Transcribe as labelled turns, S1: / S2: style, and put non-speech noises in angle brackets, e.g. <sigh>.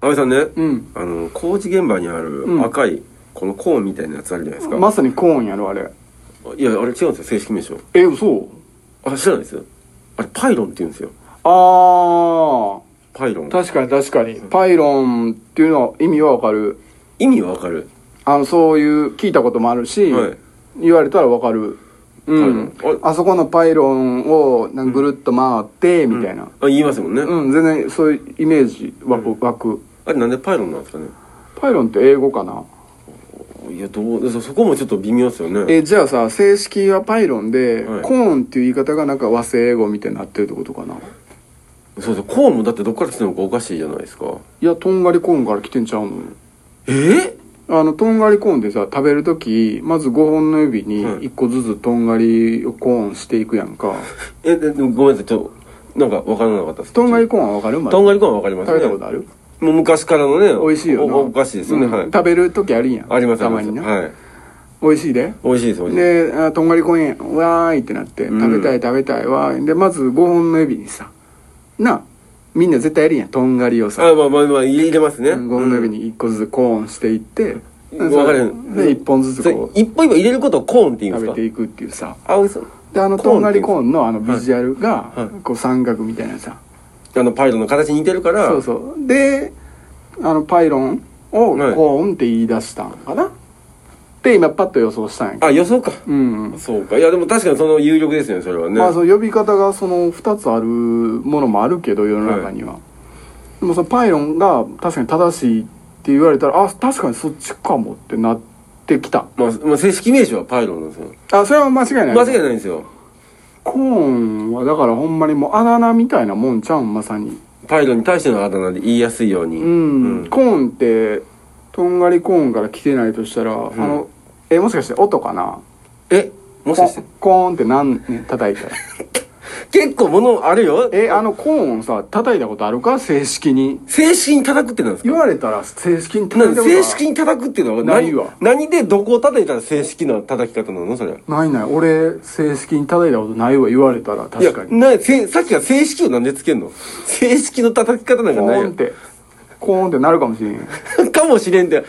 S1: 安倍さんね、
S2: うん
S1: あの工事現場にあ
S2: うん
S1: る赤い、このコーンみたいなやつあるじゃないですか、
S2: まさにコーンやろあれ
S1: いやあれ違うんですよ正式名称
S2: え嘘
S1: あ知らないですよあれパイロンって言うんですよ
S2: あ
S1: パイロン
S2: あ確かに確かにパイロンっていうのは意味はわかる
S1: 意味はわかる
S2: あのそういう聞いたこともあるし、
S1: はい
S2: 言われたらわかるうん
S1: パイロン
S2: あそこのパイロンをなんかぐるっと回ってみたいな
S1: あ言いますもんね、
S2: うん、全然そういうイメージ湧く湧く
S1: あれなんでパイロンなんですかね
S2: パイロンって英語かない
S1: やどうそそこもちょっと微妙ですよね
S2: えじゃあさ正式はパイロンで、
S1: はい
S2: コーンっていう言い方がなんか和製英語みたいになってるってことかな
S1: そうそうコーンもだってどっから来てるのかおかしいじゃないですか
S2: いやとんがりコーンから来てんちゃうの
S1: えー、
S2: あのとんがりコーンでさ食べる時まず5本の指に
S1: はい
S2: 1個ずつとんがりをコーンしていくやんか、
S1: えででもごめんなさいちょっとなんかわからなかったです
S2: とんがりコーンはわかるまだ
S1: とんがりコーンはわかります
S2: 食
S1: ね
S2: べたことある
S1: もう昔からのね
S2: 美味しいよな
S1: おお菓子ですよね、
S2: うん
S1: はい
S2: 食べる時あるんやん
S1: あります
S2: た
S1: ありま
S2: まに
S1: す
S2: な、
S1: はい
S2: 美味しいで
S1: 美味しいです美味しいです
S2: であとんがりコーンやんうわーいってなって
S1: うん
S2: 食べたい食べたいわーいでまず5本の指にさなみんな絶対やるんやんとんがりをさ
S1: あまあまあまあ入れますね
S2: 5本の指に1個ずつコーンしていって、
S1: うん
S2: そ
S1: わかる
S2: で1本ずつ
S1: それ
S2: こう
S1: 一本一本入れることをコーンって言うん
S2: 食
S1: で
S2: べ
S1: すか
S2: ていくっていうさ
S1: あ美味しそう
S2: であの
S1: コーン
S2: とんがりコーンのあの
S1: い
S2: ビジュアル
S1: は
S2: が
S1: い
S2: こう三角みたいなさ、
S1: あのパイロンの形に似てるから
S2: そうそうであのパイロンを
S1: はい
S2: コーンって言い出したんかな、で今パッと予想したんやけど
S1: あ予想か
S2: うんうん
S1: そうかいやでも確かにその有力ですよねそれはね、
S2: まあその呼び方がその2つあるものもあるけど世の中には、でもそのパイロンが確かに正しいって言われたらあ確かにそっちかもってなってきた
S1: まあまあ、正式名称はパイロンなんですよ
S2: あそれは間違いない
S1: 間違いないんですよ
S2: コーンはだからほんまにもうあだ名みたいなもんちゃうんまさに
S1: パイロンに対してのあだ名で言いやすいように
S2: うん、
S1: うん
S2: コーンってとんがりコーンから来てないとしたら、あのえもしかして音かな
S1: えもしかして
S2: ココーンって何、ね、叩いたら
S1: 結構物あるよ
S2: <laughs> えあのコーンさ叩いたことあるか正式に
S1: 正式に叩くってなんです
S2: 言
S1: か
S2: われたら正式に叩
S1: ないん
S2: た
S1: で
S2: ことある
S1: 正式に叩くっていうのは
S2: ないわ
S1: 何でどこを叩いたら正式な叩き方なのそれ
S2: ないない俺正式に叩いたことないわ言われたら確かに
S1: いやなせさっきは正式をなんでつけんの正式の叩き方なんか
S2: コ
S1: ない
S2: ーン
S1: よ
S2: ってコーンってなるかもしれん
S1: かもしれんって